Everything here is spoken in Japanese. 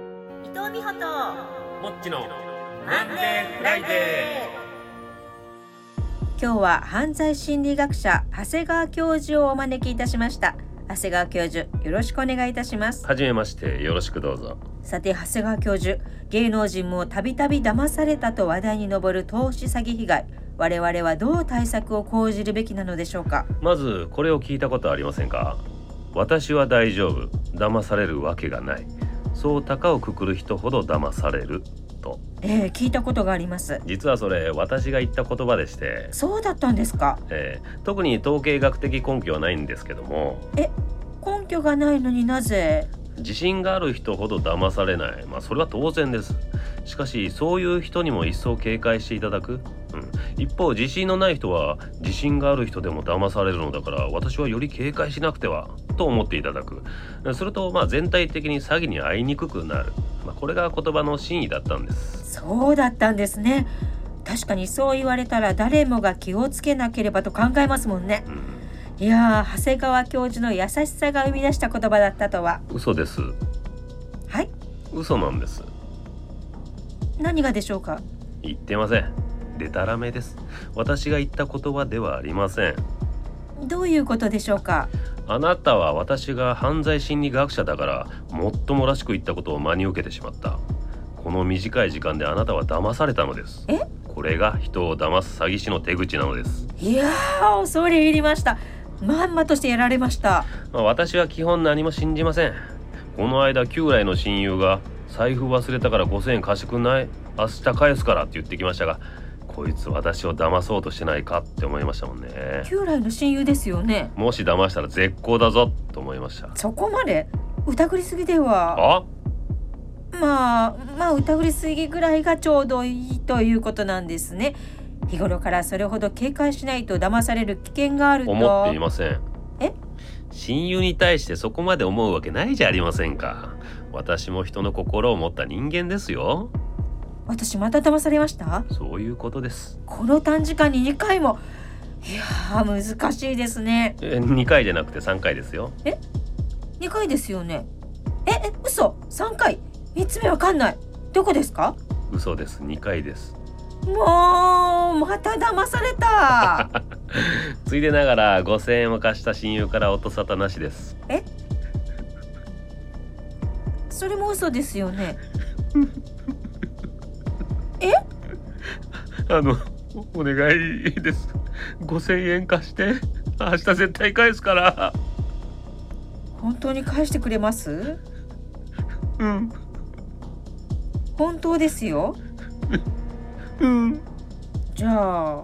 藤美穂ともっちのマンデーフライデ今日は犯罪心理学者長谷川教授をお招きいたしました長谷川教授よろしくお願いいたしますーはじめましてよろしくどうぞさて長谷川教授芸能人もたびたび騙されたと話題に上る投資詐欺被害我々はどう対策を講じるべきなのでしょうかまずこれを聞いたことありませんか私は大丈夫騙されるわけがないそう高をくくる人ほど騙されるとええ聞いたことがあります実はそれ私が言った言葉でして、そうだったんですかえー特に統計学的根拠はないんですけども根拠がないのになぜ自信がある人ほど騙されないまあそれは当然ですしかしそういう人にも一層警戒していただく、うん、一方自信のない人は自信がある人でも騙されるのだから私はより警戒しなくてはと思っていただくするとまあ全体的に詐欺に遭いにくくなる、まあ、これが言葉の真意だったんですそうだったんですね確かにそう言われたら誰もが気をつけなければと考えますもんねうんいやー長谷川教授の優しさが生み出した言葉だったとは嘘ですはい嘘なんです何がでしょうか言ってませんでたらめです私が言った言葉ではありませんどういうことでしょうかあなたは私が犯罪心理学者だからもっともらしく言ったことを真に受けてしまったこの短い時間であなたは騙されたのですえこれが人を騙す詐欺師の手口なのです、いやー恐れ入りましたまんまとしてやられましたまあ、私は基本何も信じませんこの間旧来の親友が財布忘れたから5000円貸してくんない明日返すからって言ってきましたがこいつ私を騙そうとしてないかって思いましたもんね旧来の親友ですよねもし騙したら絶好だぞと思いましたそこまで疑りすぎではあまあまあ疑りすぎぐらいがちょうどいいということなんですね日頃からそれほど警戒しないと騙される危険があると思っていませんえ親友に対してそこまで思うわけないじゃありませんか私も人の心を持った人間ですよ私また騙されましたそういうことです この短時間に2回もいやー難しいですねえ2回じゃなくて3回ですよ2回ですよねええ嘘3回3つ目わかんないどこですか嘘です2回ですもうまた騙されたついでながら5000円を貸した親友から音沙汰なしですそれも嘘ですよねあのお願いです5000円貸して明日絶対返すから本当に返してくれますうん本当ですようんじゃあ